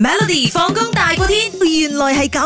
Melody 放工大過天，原來係咁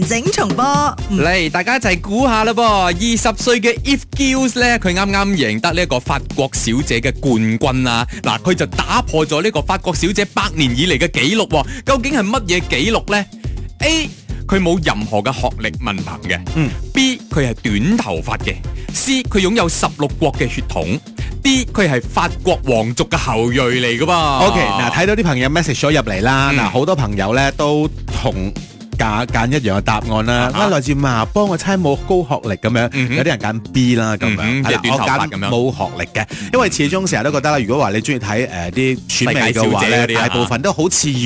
完整重播。嚟，大家一齊估下啦噃！二十歲嘅 Eve Gills 咧，佢啱啱贏得呢一個法國小姐嘅冠軍啦。嗱，佢就打破咗呢個法國小姐百年以嚟嘅紀錄喎。究竟係乜嘢紀錄呢？A 佢冇任何嘅學歷文憑嘅。嗯。 B 佢係短頭髮嘅。C 佢擁有十六國嘅血統。D 佢係法國皇族嘅後裔嚟噶噃。 OK，嗱睇到啲朋友 message 咗入嚟啦，哦嗯嗱好多朋友咧都同揀揀一樣嘅答案啦，啊哈我來自麻幫我猜冇高學歷咁嗯樣，哼有啲人揀 B 啦咁嗯樣，哼即係係啦短頭髮咁樣我揀冇學歷嘅，因為始終成日都覺得啦，如果話你中意睇誒啲選美嘅話世界小姐嗰咧，啲啊大部分都好似要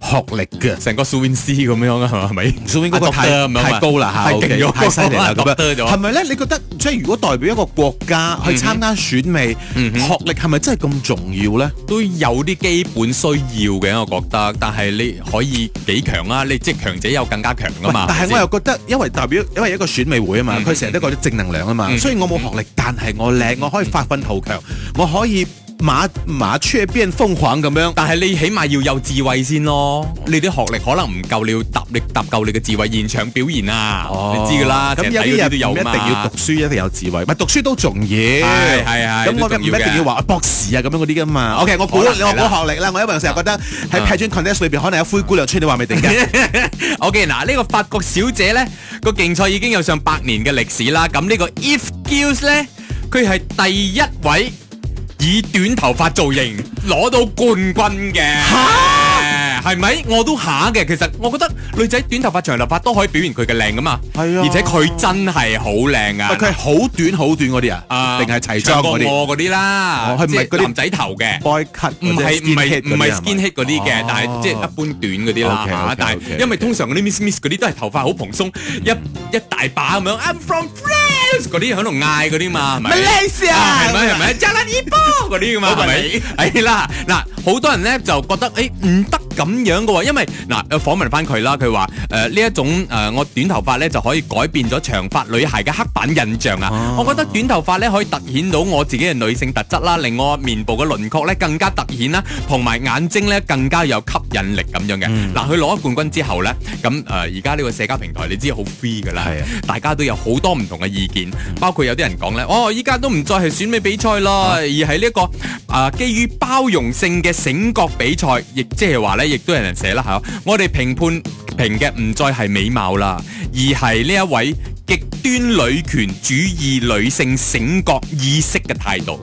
學歷嘅。 成個蘇 i 斯咁樣啊，係咪？蘇英嗰個啊太，doctor 咁樣啊太高啦太嚇，勁咗 OK，太犀 利啦咁 doctor 樣，咗係咪咧？你覺得即係如果代表一個國家去參加選美，嗯哼學歷係咪真係咁重要咧？都有啲基本需要嘅，我覺得。但係你可以幾強啊？你即係強者有更加強噶嘛？但係我又覺得，因為代表，因為一個選美會啊嘛，啊嗯佢成日都講啲正能量啊嘛。嗯雖然我冇學歷，但係我靚，我可以發奮圖強，我可以馬馬雀變鳳凰咁樣。但係你起碼要有智慧先咯。你啲學歷可能唔夠，你要搭你搭夠你嘅智慧現場表現啊！你知㗎啦，哦咁成日有睇嗰啲都人有唔一嘛。定要讀書，一定有智慧，唔係讀書都重要。係係係咁我都唔重一要嘅哦定要話啊博士啊咁樣嗰啲噶嘛。OK，我估可我能估係啦啊學歷啦，我因為成日覺得喺派專 contest 裏邊可能有灰姑娘出，你話未定嘅。 OK，嗱呢個法國小姐呢個競賽已經有上百年嘅歷史啦。咁呢個 Eve Gills 呢，佢係第一位以短頭髮造型攞到冠軍嘅。係咪？我都下嘅。其實我覺得女仔短頭髮、長頭髮都可以表現佢嘅靚噶嘛。係啊而且佢真係好靚啊喂！佢係好短好短嗰啲啊啊，定係齊裝嗰長啲過我嗰啲啦哦，佢唔係即係嗰啲男仔頭嘅。 boy cut 唔係唔係啊唔係 skin head 嗰啲嘅，但係即係一係。般短嗰啲啦哦 OK，OK，嗯嚇 OK，但 OK，係因為通常嗰啲 miss miss 嗰啲都係頭髮好蓬鬆，一一大把咁樣。I'm from France 嗰啲喺度嗌嗰啲嘛，係咪 Malaysia 啊係咪係 咪 j a l a n i b o 嗰啲噶嘛，係 咪？係啦，嗱，好多人咧就覺得誒唔得咁樣嘅喎，因為嗱，我訪問翻佢啦，佢話誒呢一種誒我短頭髮咧就可以改變咗長髮女孩嘅刻板印象啊哦，我覺得短頭髮咧可以突顯到我自己嘅女性特質啦，令我面部嘅輪廓咧更加突顯啦，同埋眼睛咧更加有吸引力咁樣嘅。嗯嗱，佢攞咗冠軍之後咧，咁誒而家呢個社交平台你知好 free 㗎啦係啊，大家都有好多唔同嘅意見，包括有啲人講咧，哦，依家都唔再係選美比賽啦，而係呢一個啊、基於包容性嘅醒覺比賽，亦即係話咧，亦都有人寫啦嚇，我哋評判評嘅唔再係美貌啦，而係呢一位極端女權主義女性醒覺意識嘅態度，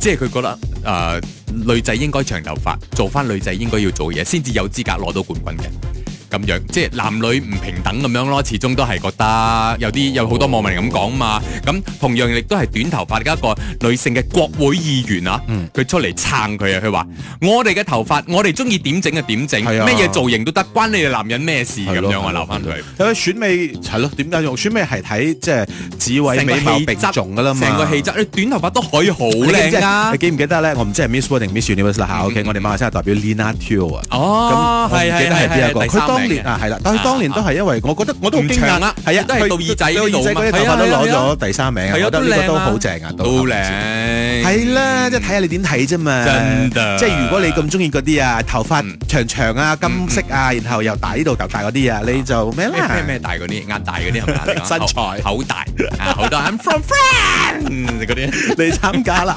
即係佢覺得誒、呃女仔應該長頭髮，做翻女仔應該要做嘢，先至有資格攞到冠軍嘅。咁樣，即係男女唔平等咁樣咯，始終都係覺得有哦啲有好多網民咁講嘛。咁同樣亦都係短頭髮嘅一個女性嘅國會議員啊，嗯佢、出嚟撐佢啊，佢話：我哋嘅頭髮，我哋中意點整就點整，係啊咩嘢造型都得，關你哋男人咩事咁係咯樣啊？係咯留翻佢。有選美係咯，點解用選美係睇即係智慧美貌並重噶啦嘛？成個氣質，你短頭髮都可以好你記唔記靚得啊嗯你！記唔記得咧？我唔知係 Miss World 定 Miss Universe 啦嚇。OK，我哋馬來西亞代表 Lina Teo 啊。哦，咁我唔係記係得係邊係一個。係，佢當年啊，啊係啦，但佢當年都係因為我覺得我都好唔驚長訝啦係啊，都係佢到耳仔呢到度耳仔嗰啲嘛係啊頭髮係啊係啊都攞咗第三名，我係啊，都覺得呢靚個啊都好正啊，都靚，係啦，即係睇下你點睇啫嘛。真㗎即係如果你咁中意嗰啲啊，頭髮嗯長長啊、金色啊，然後又大呢度又大嗰啲啊，你就咩咩啦？咩咩大嗰啲，眼大嗰啲係咪啊？你講 身材口口大啊，好多 I'm from France 嗰啲。你參加啦。